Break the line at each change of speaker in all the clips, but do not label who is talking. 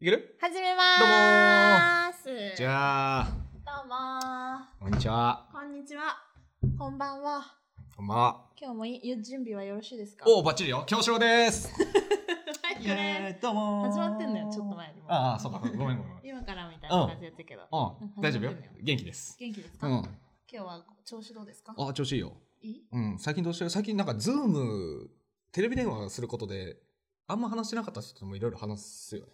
いける
始めまーす。
じゃあ、
どうもー
こんにちは。
こんにちは。こんばんは。
こんばんは。
今日もいい準備はよろしいですか。
おお、バッチリよ。京志郎です。
はい、こ
イ
れ。
エーイどうもー
始まってんのよ、ちょっと前にも。
ああ、そうか。ごめんごめんごめん。うん、
今からみたいな感じやったけど。
大丈夫よ
始まってんの。
元気です。
元気です
う
か、
ん。
今
あ
日は調子どうですか
あ、調子いいよ。
いい
うん。最近どうしてる最近なんか、ズーム、テレビ電話することで、あんま話してなかった人ともいろいろ話すよね。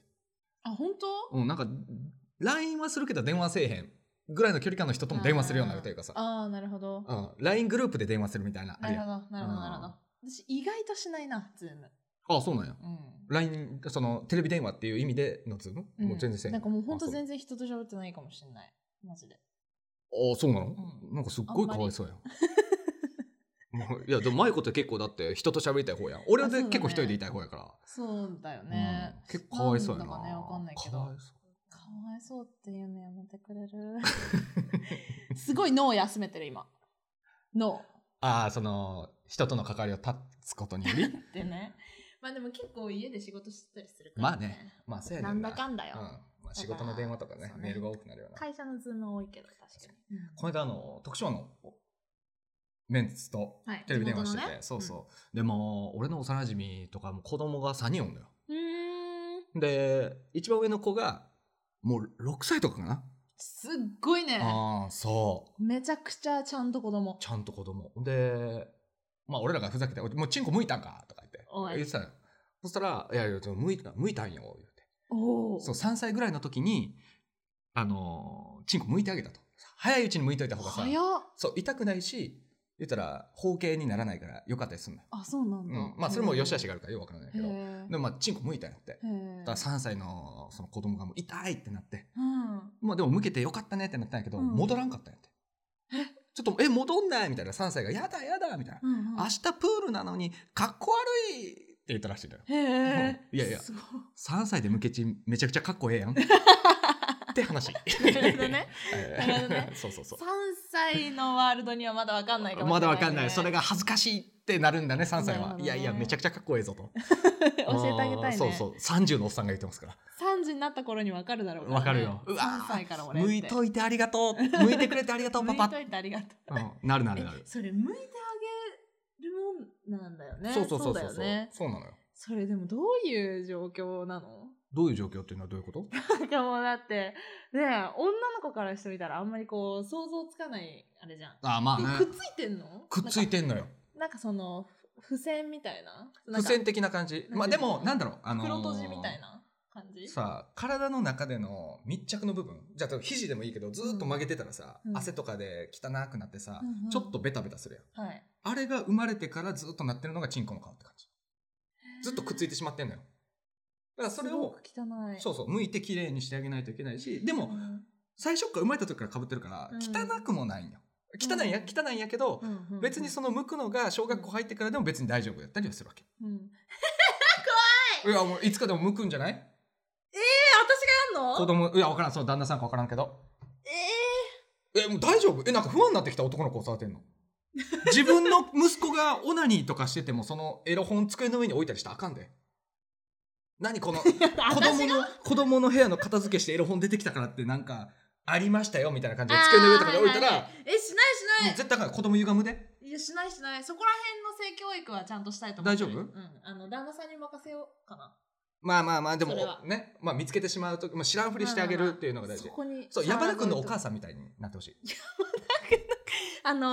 あ、本当
うん、なんか、LINE はするけど電話せえへん。ぐらいの距離感の人とも電話するようになるというかさ。
あー、なるほど。
うん。LINE グループで電話するみたいな。
なるほど、なるほ
う
ど、
ん
なるほど。私、意外としないな、ズーム。
ああ、そうなんや。
うん。
LINE、その、テレビ電話っていう意味でのズーム、もう全然せえへ
なんかもう本当
あそう
全然人と喋ってないかもしれない。マジで。
ああ、そうなの、
うん
なんかすっごいかわいそうやん。もういや、でも、舞子って結構だって人と喋りたい方やん。俺は
あそう
で
だね
結構一人でいたい方やから。
そうだよね。
うん結構かわいそうやな。
なんだかねわかんないけど
かわいそう
かわいそうっていうのやめてくれる すごい脳を休めてる今脳
ああ、その、人との関わりを断つことによ り。
ってねまあでも結構家で仕事してたりするから、
まあね。まあ、そうやね
なんだかんだ
う
よ
ん。、まあ、仕事の電話とかね
だから、そうね
メールが多くなるような。
会社のズームは多いけど確かに、
この間、あの、徳島のメンツと
はい
テレビ電話してて、
地元のね
そうそう。でも、俺の幼馴染とかも子供が3人おんのよ。
うーん
で、一番上の子が、もう6歳とかかな。
すっごいね
ああ、そう。
めちゃくちゃちゃんと子供
ちゃんと子供。で、まあ俺らがふざけて、もうチンコ向いたんかとか言って
おい
言ってたのよ。そしたら、いやいや、向いた、向いたんよ、言って。
おお
そう、3歳ぐらいの時に、あのー、チンコ向いてあげたと。早いうちに向いといた方がさ、
早っ
そう、痛くないし、言ったら、包茎にならないからよかったりすんのよ。
あそうなん
う
だ、
ん。まあそれも良し悪しがあるからよくわからないけ
へ
ど。
え
でもまあ、チンコ向いたんやって。
へ
だ
え
から3歳のその子供がもう痛いってなって、
うん
まあでも向けてよかったねってなったんやけど、
うん
戻らんかったんやって。ちょっと、え、戻んないみたいな3歳が、やだやだみたいな。
うんうん
明日プールなのに、かっこ悪いって言ったらしいんだよ。
へえ
うんいやいや
すごい
3歳でムケチンめちゃくちゃかっこええや ん。って話。
なるほどね
はい
なるほど ね
そうそうそう
3。歳のワールドにはまだわかんないかもしれ
ま
ない、
だわかんない。それが恥ずかしいってなるんだね、3歳
なる
は。
ほどね
いやいや、めちゃくちゃかっこええぞと。
教えてあげたいね。
あーそうそう。30のおっさんが言ってますから。
3時になった頃にわかるだろう
わかるよ。う
う
わ
わ
ー
3歳から俺
向いといてありがとう。向いてくれてありがとう、パ
向い
パ
と。いてありがとう。
うんなるなるな
え
る。
それ向いてあげるもんなんだよね。
そうそうそうそう
だ
そ
よ
う。
ね。
そうなのよ。
それでもどういう状況なの？
どういう状況っていうのはどういうこと
なんかもうだってねえ女の子からしてみたらあんまりこう想像つかない あれじゃん。
ああまあ
で
ね
くっついてんの？
くっついて
て
んのよ
なんかなんかそのふ付箋みたいな。
付箋的な感じ
なんか
まあでもなんだろうあのー
黒とじみたいな感じ？
さあ体の中での密着の部分じゃあ例えば肘でもいいけどずーっと曲げてたらさ、
うん
汗とかで汚くなってさ、
うんうん
ちょっとベタベタするやん
はい。
あれが生まれてからずーっとなってるのがチンコの皮って感じずっとくっついてしまってんのよだからそれ
すご
を
く汚い。
そうそう剥いて綺麗にしてあげないといけないしでも
うん
最初から生まれた時から被ってるから
うん
汚くもないんよ汚いんや
うん
汚いんやけど
うんうんうん
別にその剥くのが小学校入ってからでも別に大丈夫やったりはするわけ
うん
いや、もういつかでも向くんじゃない
え私がやんの
子供、いや、わからん、その旦那さんかわからんけど。
え
え、もう大丈夫え、なんか不安になってきた男の子を育てんの。自分の息子がオナニーとかしてても、そのエロ本机の上に置いたりしたらあかんで。何 この、子
えー、
供の、子供の部屋の片付けしてエロ本出てきたからってなんか、ありましたよみたいな感じで机の上とかに置いたら、
あーはははえしないしな
もう
い、
絶対あかん子供歪むで。
いやしないしないそこら辺の性教育はちゃんとしたいと思う
大丈夫
うんあの旦那さんに任せようかな
まあまあまあ、でも
それは
ね、まあ見つけてしまうと、まあ、知らんふりしてあげるっていうのが大事
そ。こに
そう、山田君のお母
ん
さんみたいになってほしい。
あの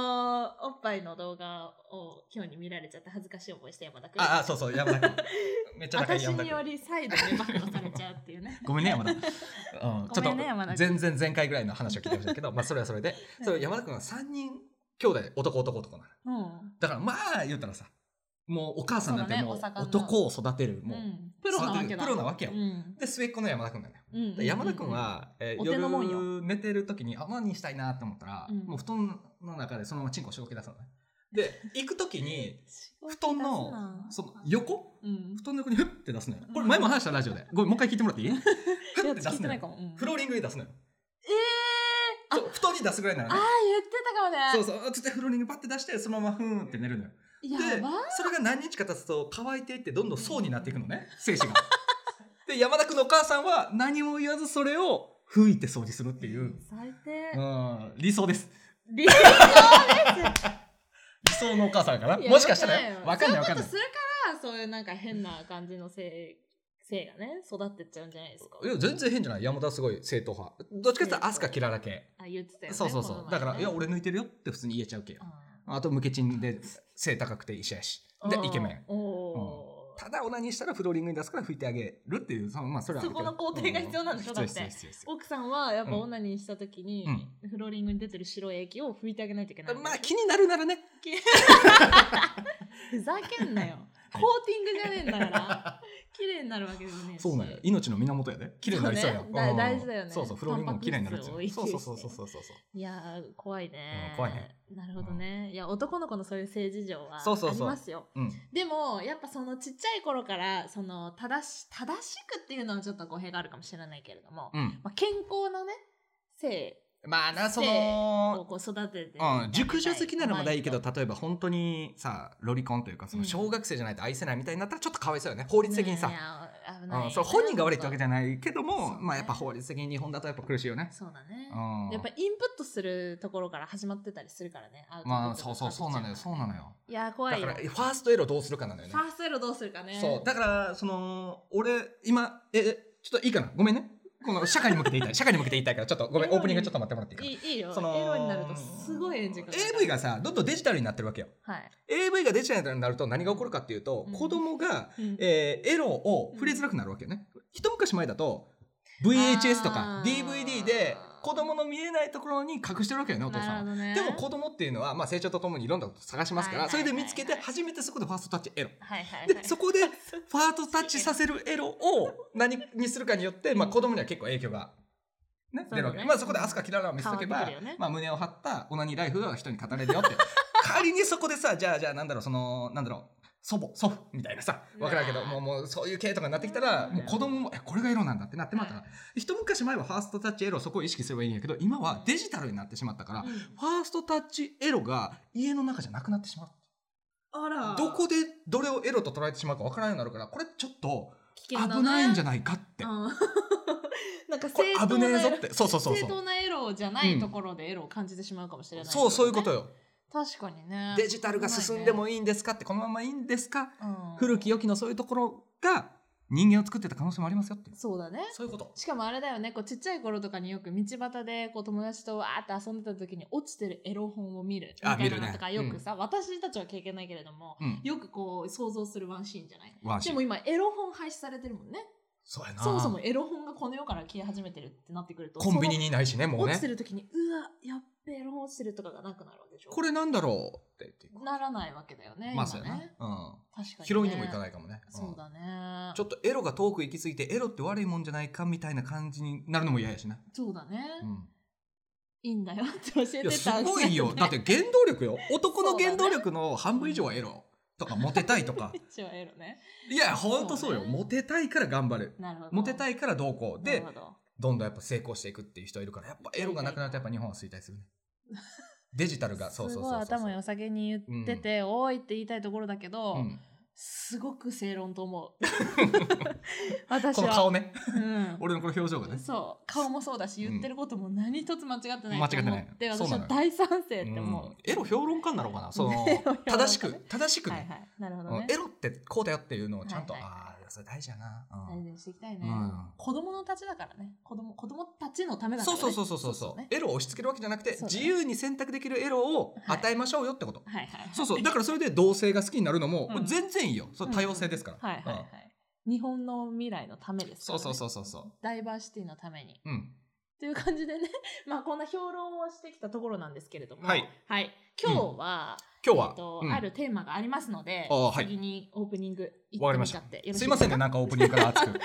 ー、おっぱいの動画を今日に見られちゃって恥ずかしい思いして山田君
ああ、そうそう、山田君。めっちゃ仲いい
私
山田
に
君
よ。り再度に暴露されちゃうっていうね
ごめんね、山田。 うん、ちょ
ごめんね山
っ
田
と全
君
然前回ぐらいの話を聞いてましたけど、まあそれはそれで、 それ山田君は3人兄弟、男男男なの。
うん、
だからまあ言ったらさ、もうお母さんなんて
そうだね
もう
お魚の
男を育てる、
うん
もう、
プロなわけだ
プロなわけよ
うん
で、末っ子の山田君なんだよ。
うんうんうんう
で
ん
山田君は、えー
お手のもんよ
夜寝てる時に、あ、何したいなと思ったら、
うん
もう布団の中でそのままチンコをしごき出すのね。で、行く時に、布
布
団の、その横
うん
布団の横にフッて出すのよ。これ前も話したラジオで。ごめん、もう一回聞いてもらっていいフ
いや
ッて出
聞い
す
て
の
ないか
よ。
も、うん
フローリングで出すのよ。
ええー、あ
そう、布団に出すぐらいなら
あ
ね
ー。言ってたか
そう
もね
そう、つってフローリングパッて出して、そのままふーんって寝るのよ。で
やば、
それが何日か経つと乾いていって、どんどん層になっていくのね、精子が。で山田君のお母さんは何も言わずそれを吹いて掃除するっていう、
最低
うん、理想です
理想
理想のお母さんかない
や
もしかしたら
よく
わかんないわかんない
そういうことするからそういうなんか変な感じの性性がね育ってっちゃうんじゃないですか
いや全然変じゃない山田はすごい正統派どっちかっていうとアスカキララ系
あ言ってたよ、ね、
そうそうそ
この
う
前
だから「
ね
いや俺抜いてるよ」って普通に言えちゃう系
う
あとムケチンで背高くて医者やし
ん
でイケメン
おおー、
ただオナニーしたらフローリングに出すから拭いてあげるっていうそのまあそれはあるけど
そこの工程が必要なんでしょ
う
だって
必要必要必要
奥さんはやっぱ
うん
女にした時に、フローリングに出てる白い液を拭いてあげないといけない、
まあ気になるならね
ふざけ んなよコーティングじゃねえんだから綺麗になるわけでもねえし
そうなんよ命の源やで綺麗になりそうや
そうねだ
ん
大事だよね
そうそうフローリングも綺麗になるやつ
タンパク質
そ
多
う
い
そ
し
うそうそうそうそう
いやー怖いね、
うん怖いね
なるほどね、いや男の子のそういう性事情は
そうそう
あ
そ
り
う
ますよ
うん
でもやっぱそのちっちゃい頃からその正し正しくっていうのはちょっと語弊があるかもしれないけれども、
うん
まあ、健康なね性
まあなそ
を
の
こう育てて、
うん、熟女好きならまだいいけど
う
例えば本当にさロリコンというかその
うん
小学生じゃないと愛せないみたいになったらちょっとかわいそうよね法律的にさ、
んいや危ない
うん、それ本人が悪いってわけ
じ
じゃないけども、
そうね
まあやっぱ法律的に日本だとやっぱ苦しいよね
ゃ。そうだね、
うん、
やっぱインプットするところから始まってたりするからねアウトプッ
まあ
ト
そうそうそうなのよそうなの
よ
よ。
いや怖
だ
い
か
よ
らファーストエロどうするかなのよね
フ。ァーストエロどうするかね
そうだからその俺今ええちょっといいかなごめんねこの社会に向けて言いた い社会に向けて言いたいからちょっとごめん
エ
オ
ロに
ープニングちょっと待ってもらっていいか
いいいいよ
その
エロになるとすごいエンジンかかる
AV がさどんどんデジタルになってるわけよ。
はい
AV がデジタルになると何が起こるかっていうと、
うん
子供が、
うん
えーエロを触れづらくなるわけよね。一昔前だと VHS とか
あー
DVD で子供の見えないところに隠してるわけよねお父さんは
なる。ほどね
でも子供っていうのは、まあ、成長とともにいろんなこと探しますから、
はいはいはい
それで見つけて初めてそこでファーストタッチエロ。
はいはいはい
でそこでファーストタッチさせるエロを何にするかによって、まあ、子供には結構影響が、ね、
そうだね
出るわけ、まあ、そこで飛鳥キララを見せとけば、
変わってくるよね
まあ、胸を張ったオナニーライフが人に語れる よって仮にそこでさじゃあじゃあなんだろうそのなんだろう祖母祖父みたいなさ分からんけど
うわー
もうもうそういう系とかになってきたらもう子供もえこれがエロなんだってなってまうから、
は
一昔前はファーストタッチエロそこを意識すればいいんやけど今はデジタルになってしまったから、
うん
ファーストタッチエロが家の中じゃなくなってしまう。
あら
どこでどれをエロと捉えてしまうかわからないようになるからこれちょっと
危険だね
危ないんじゃないかって、
うん なんか
これ
正当
危ね
な
え
エ
ぞ
ロ
ってそうそうそう
正
そう
当なエロじゃないところでエロを感じてしまうかもしれない、
そうそういうこと
よ
よ
確かにね
デジタルが進んでもいいんですかってこのままいいんですか
うん
古き良きのそういうところが人間を作ってた可能性もありますよって
そうだね
そういうこと
しかもあれだよねこうちっちゃい頃とかによく道端でこう友達とわーって遊んでた時に落ちてるエロ本を見るみた
あ
いな
見る
の
ね
とかよくさ、私たちは経験ないけれども
うん
よくこう想像するワンシーンじゃない
わし
でも今エロ本廃止されてるもんね
そうやな
そもそもエロ本がこの世から消え始めてるってなってくると
コンビニにないしね
そ
も
の
う
落ちて
ね
る時にうわやっべエロ本落ちてるとかがなくなるわけでしょ
これなんだろうって言っ
ならないわけだよね
てまあ
今
そうやな、
ね確か
う
に
ん、拾いにもいか
い
ないかもね、うん
そうだね
ちょっとエロが遠く行き過ぎてエロって悪いもんじゃないかみたいな感じになるのも嫌やしな、
そうだね、
うん
いいんだよって教えて
いや
た
すごいよだって原動力よ男の原動力の半分以上はエロとかモテたいとか
一応エロね
いやほんとそうよ
そうね
モテたいから頑張る
なるほど
モテ
い
たいからどうこうで
なるほど
どんどんやっぱ成功していくっていう人いるからやっぱエロがなくなるとやっぱ日本は衰退するねデジタ ルがそうそうそうそう
すごい頭良さげに言ってて、多いって言いたいところだけど、
うん
すごく正論 と思う私
この
は
顔ね
うん
俺のこの表情がね
そう顔もそうだし
うん
言ってることも何一つ間違ってないと思
間違ってない
で
そうな
私は
のよ
大賛成
う
って思
んエロ評論家になろうかな その
エロ評論家ね
正しく正し
う、
く
はい
ね
はいなるほど
うん
ね
エロってこうだよっていうのをちゃんと
はいはい
ああそれ大事やなうん
大事にしていきたいね、
うん
子供のたちだからね子供子供たちのためだか
そ
ら、
う
ね、
そうそうそうそう
そ
そうう、
ね
エロを押し付けるわけじゃなくて、
そうだね
自由に選択できるエロを与えましょうよってこと、
はいはい
そうそうだからそれで同性が好きになるのも、
うん
全然いいよそう多様性ですから、
はいはいはい、
うん
日本の未来のためですか
そ
ら
う
ね、
そうそうそうそ
ダイバーシティのために
ううん
という感じでね、 まあこんな評論をしてきたところなんですけれども、
はい
今日は、
今日は
えっ、と
うん
あるテーマがありますので、
あーはい
次にオープニング行
わ
っ
かり
てみ
ま
ち
し
ゃ
た
って、よろし
す
い
い
で
ますせん
か
ねなんかオープニングから 熱く
暑か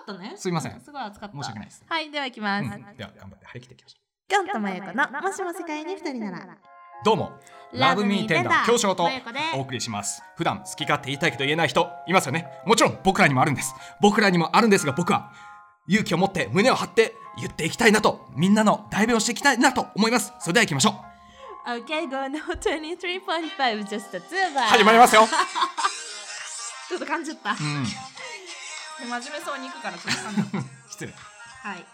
ったね。
すいません
すごい暑かった。
申し訳ないです、
はい、では行きま
うん、
す。
では頑張って張り切っていきましょ
キョンとマヨコのもしも世界に二人なら。
うどうもラブミーテンダー京翔と
マヨコで
お送りします普段好き勝手言いたいけど言えない人いますよねもちろん僕らにもあるんです僕らにもあるんですが僕は勇気を持って胸を張って言っていきたいなとみんなの代弁をしていきたいなと思いますそれでは行きましょう
Okay, go no 23.5 just the two of us。
始まりますよ
ちょっと感じちゃった。
うん
真面目そうに行くからちょっと噛んだ
失礼。
はい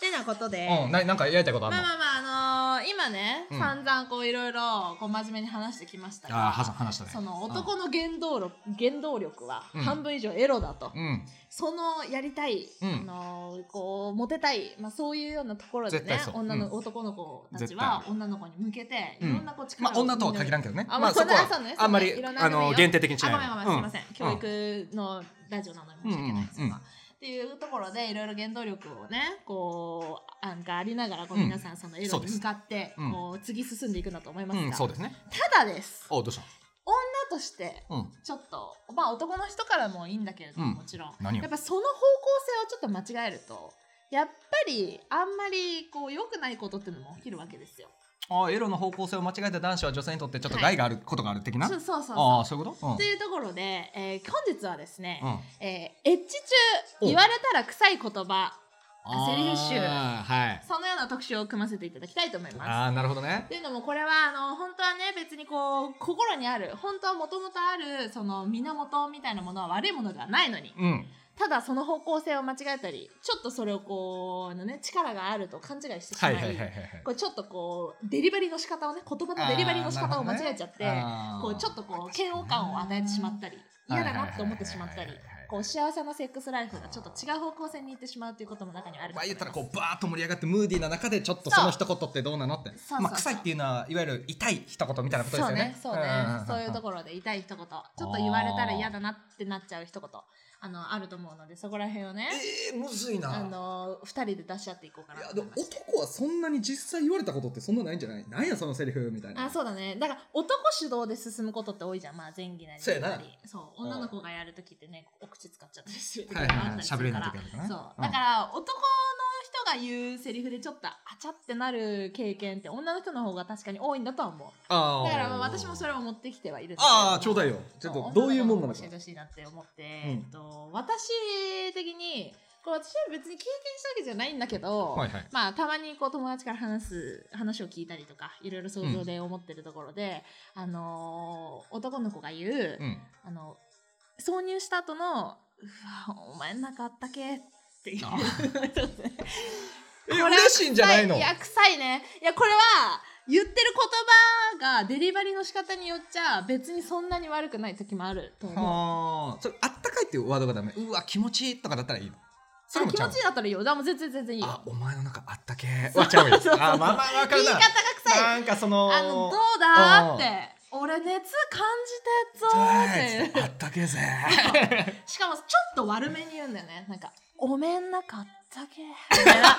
てなことで、
うん、ななんかやりたいことある
まあ
の
まあまああのー今ね、
うん
散々こういろいろこう真面目に話してきましたが
ああ、はさ話したね。
その男の原動力,、原動力は
うん
半分以上エロだと、
うん。
そのやりたい、
うん
あのーこうモテたい、まあ、そういうようなところで
絶対
ね
そう
女の、
うん
男の子たちは女の子に向けてい
うん
ろんなこう力
ま
を、
あ、女とは限らんけどね。
あ
まあ、
まあ
そこ
そんな
は
そうね
あんまり
そうねいろん、な
あ
のもいい
の、
よ
限定的にし
あ
ない
ご
よ
めんごめん、すいません教育のラジオなのに申し訳ないです、
うんうんうん
まあっていうところでいろいろ原動力をねこうなんかありながらこう
うん
皆さんそのエ
そ
ロ
うで
に
す
向かって
うん
こう次進んでいくんだと思います
う
が、
ん、そうですね。
ただです
おどうした
女として
うん。
ちょっとまあ男の人からもいいんだけれども、
うん
もちろん
何よ
やっ。ぱその方向性をちょっと間違えるとやっぱりあんまりこう良くないことっていうのも起きるわけですよ。
あエロの方向性を間違えた男子は女性にとってちょっと害があることがある的な。
そうそうそう
ああ、
そ
そういうことうん
う。と。いうところで、えー本日はですね、
うん
えーエッチ中
お
言われたら臭い言葉
あー
セリフ集
はい。
そのような特集を組ませていただきたいと思います。
ああ、なるほどね。
というのもこれはあの本当はね別にこう心にある本当はもともとあるその源みたいなものは悪いものではないのに
うん。
ただその方向性を間違えたりちょっとそれをこうあの、ね、力があると勘違いしてしま
はい
い、
はいはいはいはい。
これちょっとこうデリバリーの仕方をね言葉のデリバリーの仕方を間違えちゃって、こうちょっとこう嫌悪感を与えてしまったり嫌だなって思ってしまったり
はいはいはいはい
こう幸せなセックスライフがちょっと違う方向性に行ってしまうということも中にはあると
まあ
思
言っ
います
たらこうバーッと盛り上がってムーディーな中でちょっと
そう
その一言ってどうなのって
うそう
まあ、臭いっていうのはいわゆる痛い一言みたいなことですよね。
そうねそうね、そういうと
こ
ころで痛い一言ちょっと言われたら嫌だなってなっちゃう一言あのあると思うのでそこら辺をね
えー、むずいな。
あの2人で出し合っていこうか
い
な
や
と
で
思い
も
ます
男はそんなに実際言われたことってそんなないんじゃないなんやそのセリフみたいな。
あそうだねだから男主導で進むことって多いじゃんまあ前儀なり
そうやな
前儀りそう女の子がやるときってねお口使っちゃったりする時も
は
あ
い
っ
はいは
た
い。
りす
喋
る
れ
か
ない
ら
時あるからね。
そうだから男の人が言うセリフでちょっとあちゃってなる経験って女の人の方が確かに多いんだとは思う
ら
だからまあ私もそれを持ってきてはいるんですけど
ああ、ちょうだいよ。ちょっとどういうもんなのか
教え。てほしいなって思って、
うん
えっと、私的にこれ私は別に経験したわけじゃないんだけど、
はいはい。
まあ、たまにこう友達から話す話を聞いたりとかいろいろ想像で思ってるところで、あのー男の子が言う、
うん。
あの挿入した後の「うわお前の中あったけ」っていう。
あ え
これは
嬉しいんじゃないの
臭いや臭いねいやこれは言ってる言葉がデリバリーの仕方によっちゃ別にそんなに悪くない時もあると思う
はあ。それあったかいっていうワードがダメ。うわ、気持ちいいとかだったらいいの。それ
あ
も
気
ちゃう
持ちいいだったらいいよ。でも全然全然いいよ。
あ、お前の中あったけ はちゃうよ。あ、まあまあわか
言い
るな
方が。臭い。
なんかその。
あのどうだーって。俺熱感じてっぞーって
あったけえぜ。
いう。しかもちょっと悪めに言うんだよね。なんかおめんなかったけーみたいな。なんか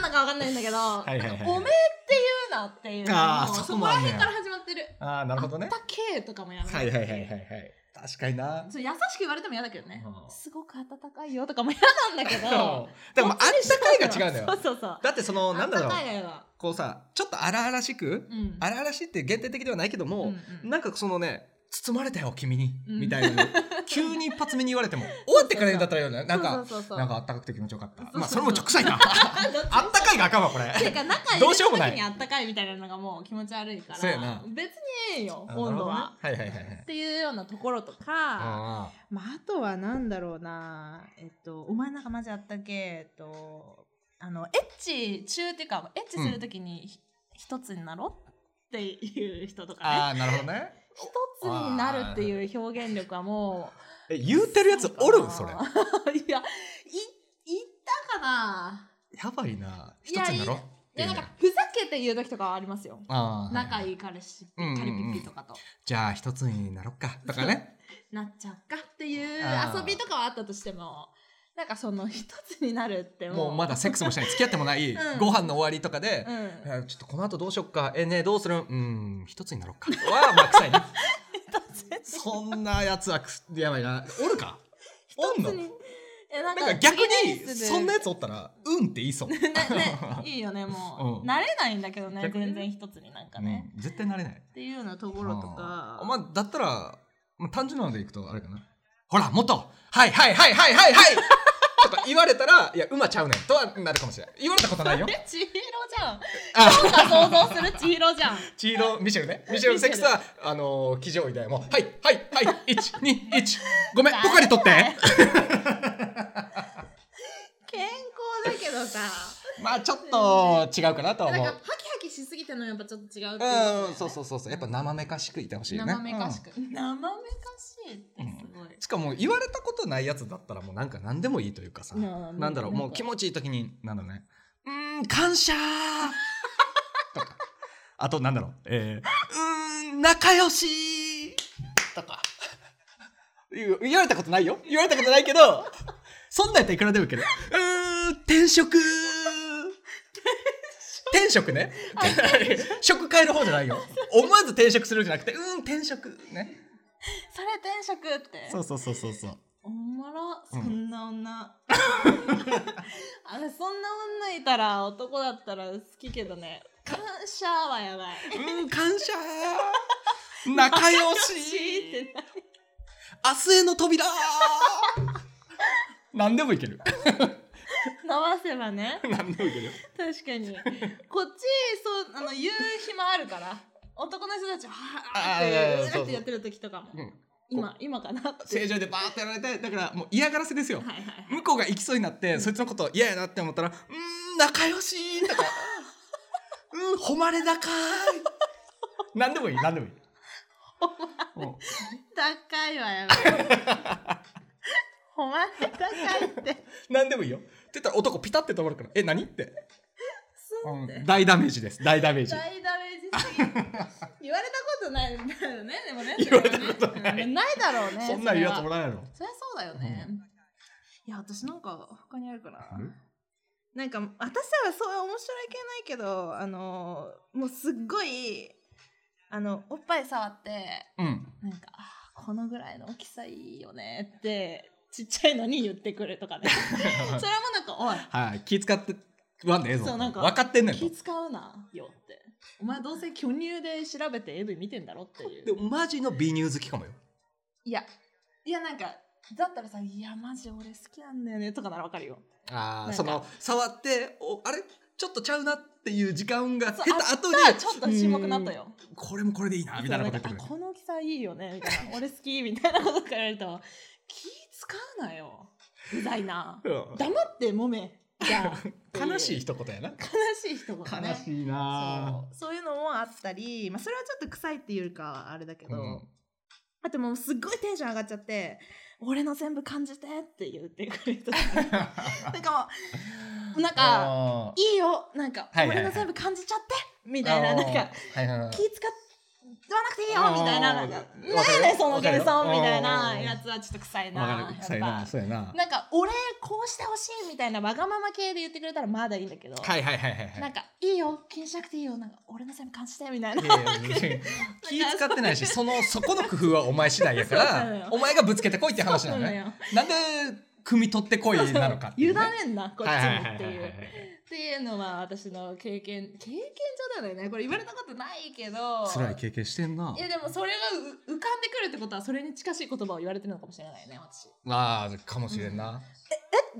何なんだかわかんないんだけ
い
ど。
はいはい
なんかおめって言うなっていう。
あー
もう
そ
そ
こも
こ
あ
ら
んねや
辺から始まってる。
ああ、なるほどね
あっ。たけーとかもやめ
はいはいはいはいはい。確かにな。
そう優しく言われても嫌だけどね
う。ん
すごく温かいよとかも嫌なんだけど。
でも、あったかいが違うんだ
そう
よ。
そうそう。
だって、その、なんだろう
あっ。たかいわ
こうさ、ちょっと荒々しく
う。ん。
荒々しいって限定的ではないけども、
うんうん
なんかそのね。包まれたよ君に、
うん
みたい な急に一発目に言われても終わってからだったらいいよねなんか
そうそうそうそう
なんかあったかくて気持ちよかった
そうそうそう
まあそれもちょっと臭い なあったかいがあかんわこれ
てか中
ど
ど
う
う
し
し
よ
よ
うもない
にあったかいみたいなのがもう気持ち悪いから
そうやな
別にええよ
あ
温度は、
なるほどねはいはいはいはい
っていうようなところとか
ああ
まあ、あとはなんだろうなえっと「お前なんかマジあったけ?」えっとあのエッチ中っていうかエッチするときにひ、一つになろうっていう人とかね
ああなるほどね
一つになるっていう表現力はもう
え言うてるやつおるそれ
いやい言ったかな
やばいな。一
いや
つになろう
い
っ
い
てい
や
う
な
ね。
んかふざけて言う時とかはありますよ
ああ
仲
はい
いい彼氏、
うんうんうん
彼ピッピとかと
じゃあ一つになろっかとか ね。
なっちゃうかっていう
あー
遊びとかはあったとしてもなんかその一つになるってもう
もうまだセックスもしない付き合ってもない、
うん
ご飯の終わりとかで、
うん、
えーちょっとこの後どうしよっかえねえどうするうん一つになろっかはまあ臭い ねそんなやつはくやばいなおるかおん
一
の
つにえなん
なんか逆
次
に
何する
そんなやつおったらうんって言いそう、
ねねいいよね もう、
うん
慣れないんだけどね
逆にね
全然一つになんかね、
うん絶対なれない
っていうようなところとか
あまあだったら、まあ、単純なのでいくとあれかなほらもっとはいはいはいはいはいはい ょっと言われたら「いや馬ちゃうねん」とはなるかもしれない言われたことないよ
え、千尋じゃん。
あ
今想像する千尋じゃん。
チーロミシェルねミシェルセックスはあのー、騎乗位でもうはいはいはい121ごめんポカリ取って
健康だ けどさ。
まあちょっと違うかなとは
なん
思
か
う
ハキハキしすぎてるのやっぱちょっと違うってい
うんそうそうそうそうやっぱ生めかしくいてほしいよね
生めかしく、生めかしいってすごい、
しかも言われたことないやつだったらもうなんか何でもいいというかさ、
なあ
なんだろう
なんか
もう気持ちいい時になんだろうねうーん感謝とかあとなんだろう、えー、うーん仲良しとか言う言われたことないよ言われたことないけどそんなんやったらいくらでもいいけどうーん転職転職ね職変える方じゃないよ思わず転職するんじゃなくてうーん転職ね
それ転職って
そうそうそうそうそう
おもろ
う
そ
ん
んな女、 あそんな女いたら男だったら好きけどね感謝はやばい
うん、感謝仲良
し
し
ーってな
明日への扉 何でもいける
直せばね
何でもいけるよ
確かにこっちそうあの言う暇あるから男の人たちはあ
あーいやいや
ー
そ
って
う
や
そう
ってやってる時とかも、
うん
今今かなって
正常でバーってやられてだからもう嫌がらせですよ、
はいはいはい
向こうが行きそうになってそいつのこと嫌やなって思ったら「うーん仲良し」と か「うん誉れ高い」何でもいい何でもいいうん
高いわやばい ほんまに高いって
何でもいいよって言ったら男ピタって止まるから「え何?」って、
す
うん
って、
ん、大ダメージです大ダメージ
大ダメージすぎる言われたことないんだよねでもね
言われたことない
それはねうんないだろうね
そんなん言うやつ
それ
も
は
らえないの
そりゃそうだよね、いや私なんか他にあるかな
ある
なんか私はそういう面白い系ないけどあのもうすっごいあのおっぱい触って
うん
なんかあーこのぐらいの大きさいいよねってちっちゃいのに言ってくる とかねそれもなんかおい
はい、気使ってはねえぞ。
そうなんか
分かってんねんと
気。使うなよってお前どうせ巨乳で調べて AV 見てんだろっていう
でもマジの B ニュー好きかもよ。
いやいやなんかだったらさ「いやマジ俺好きなんだよね」とかならわかるよ
あ
なん
あ、
か
その触っておあれちょっとちゃうなっていう時間が
そ
経
う
た後に
あったちょっと沈黙なったよ
これもこれでいいなみたいなこと言って
そ
くる
うんかあ。この大きさいいよねみた いな俺好きみたいなこととか言われると気使うなようざいな
う
黙って揉めじゃあ
ん 悲しい
人
一言やな。
悲しい人がね
いぁ
そうそういうのもあったり、まあ、それはちょっと臭いっていうかはあれだけど、
うん
あともうすっごいテンション上がっちゃって「俺の全部感じて」って言ってく れる人なんかもうなんか
あ
「いいよなんか
はいはいはい
俺の全部感じちゃって」み
ー
たいな
あ
な
ー
んか
はいはいはい
気使わなくていいよみたいな
あー
なんか「
わか
な
る
んやねんその
わかる
謙
よ
遜」みたい
あ
な
ー
やつはちょっと臭いな
わかる。臭い
や
な。
っぱ
そうやな。
なんか「俺こうしてほしい」みたいなわがまま系で言ってくれたらまだいいんだけど、
はいはいはいはいは
ないん。か「いいよ気にしなくていいよなんか俺の全部感じて」み たいない
やいや別に気使ってないし、そのそこの工夫はお前次第やか
そうなの
ら
よ、
お前がぶつけてこいって話なのね。
よ
なんで汲み取ってこいなのかってい
委
うね、
ねんなこっちにって
ははは
いう
はは
っていうのは私の経験経験上だよねこれ言われたことないけど
は辛い経験してんない
やでもそれがう浮かんでくるってことはそれに近しい言葉を言われてるのかもしれないね私
まあかもしれんな、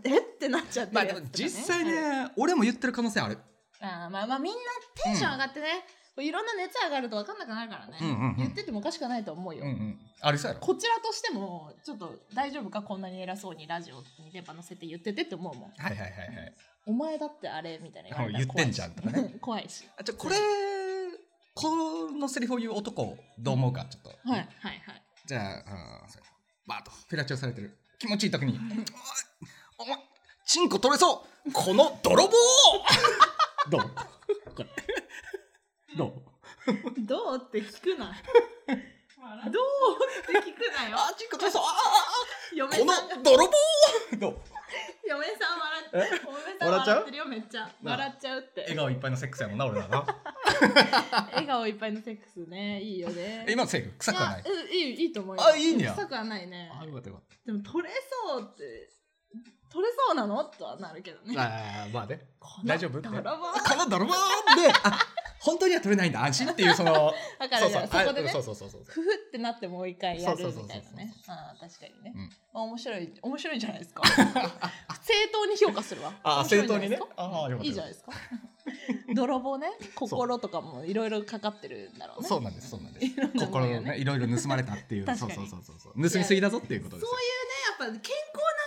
えってなっちゃって
まあ
る
で
やつ
も
とか、ね
実際
うん
ね、俺も言ってる可能性ある
あーまあまあみんなテンション上がってね、こういろんな熱上がると分かんなくなるからね、
うんうんうん
言っててもおかしくないと思うよ、
うんうんありそうやろ
こちらとしてもちょっと大丈夫かこんなに偉そうにラジオに電波乗せて言っててって思うもん
はいはいはいはい
お前だってあれみたいな言われたら
言ってんじゃんとかね
怖いし
あちょこれこのセリフを言う男どう思うかちょっと、
はいはいはい
じゃあ、うん、そうバーッとフェラチオされてる気持ちいい時に「お前お前チンコ取れそうこの泥棒! 」どうこれどう
どうって聞くなどうって聞くなよ
あチンコ取れそうあ
嫁
ああ
さん
こ
が
の泥棒どう
嫁さん笑って嫁さん
笑っちゃう
笑ってるよめっちゃ
なあ
笑っちゃうって
笑顔いっぱいのセックスやもんな俺らな
笑顔いっぱいのセックスねいいよね
今のセーフ臭くはない
いやうんいいいいと思うよ
あいいんや
臭くはないね
あよかったよかっ
でも取れそうって取れそうなのとはなるけどね
たあーまあね
この
大丈夫って
泥棒
この泥棒であ本当には取れないんだ安心っていうその
だからじゃあそ
あ
こでね
そうそうそうそう
ふふってなってもう一回やるみ
そうそ
た
う
い
そうそ
な
う
ねああ確かにね、
うん
まあ、面白い面白いんじゃないで すか正当に評価するわ
ああ
面白いんじゃないですか
正当にねああよかった
いいじゃないですか 泥棒ね心とかもいろいろかかってるんだろうね
そうなんですそうなんです
いろんなも
心
のが
をねいろいろ盗まれたっていう
確か
そう
に
そうそうそうそう盗みすぎだぞっていうこと
そうい
で
う
す
ね
よ
やっぱ健康な思考でやっ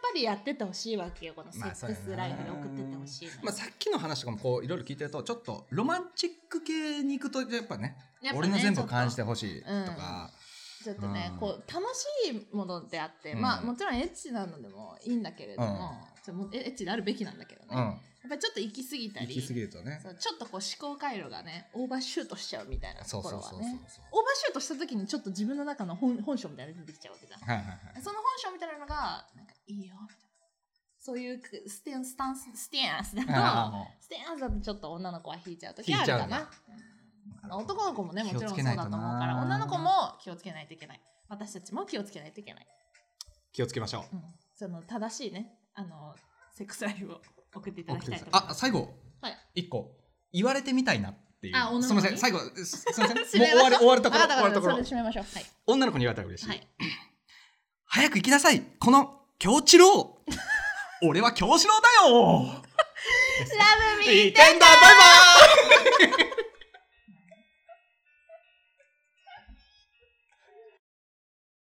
ぱりやってってほしいわけよこのセ
まあ
ックスライフで送ってってほしいのよ、
まあ、さっきの話とかもこういろいろ聞いてるとちょっとロマンチック系に行くとやっぱね
やっぱね
俺の全部感じてほしいとか、
ちょっとね、
うん
こう楽しいものであって、
うん
まあもちろんエッチなのでもいいんだけれども、ちょもうエエッチであるべきなんだけどね、
うん
やっぱりちょっと行き過ぎたり
行き過ぎるとね
そうちょっとこう思考回路がねオーバーシュートしちゃうみたいな
そう
とこ
そ
ろ
う
は
そうそう
ねオーバーシュートした時にちょっと自分の中の本本性みたいなの出てきちゃうわけじゃん
はいはいはい
その本性みたいなのがなんかいいよみたいなそういうくステンスタンスステンスだ
ああ
と
も
ステンスだとちょっと女の子は引いちゃう時はあるか
引いちゃう
な
ねう
男の子もねもちろんそうだと思うから女の子も気をつけないといけない私たちも気をつけないといけない、
気をつけましょう
うん、その正しいねあのセックスライフを 送っていただきたいと思います
あ最後
はい
一個言われてみたいなっていう
あ女
すみ
の子に
ません最後すすみません もう
締
終
めましょ
わる終わるところ
わか
終わ
っ
る
た
と
わか
ころ
ったそれで締めましょうはい
女の子に言われたら嬉しい、
はい
早く行きなさいこの京一郎俺は京一郎だよ
ラブミー
てんだバイバイ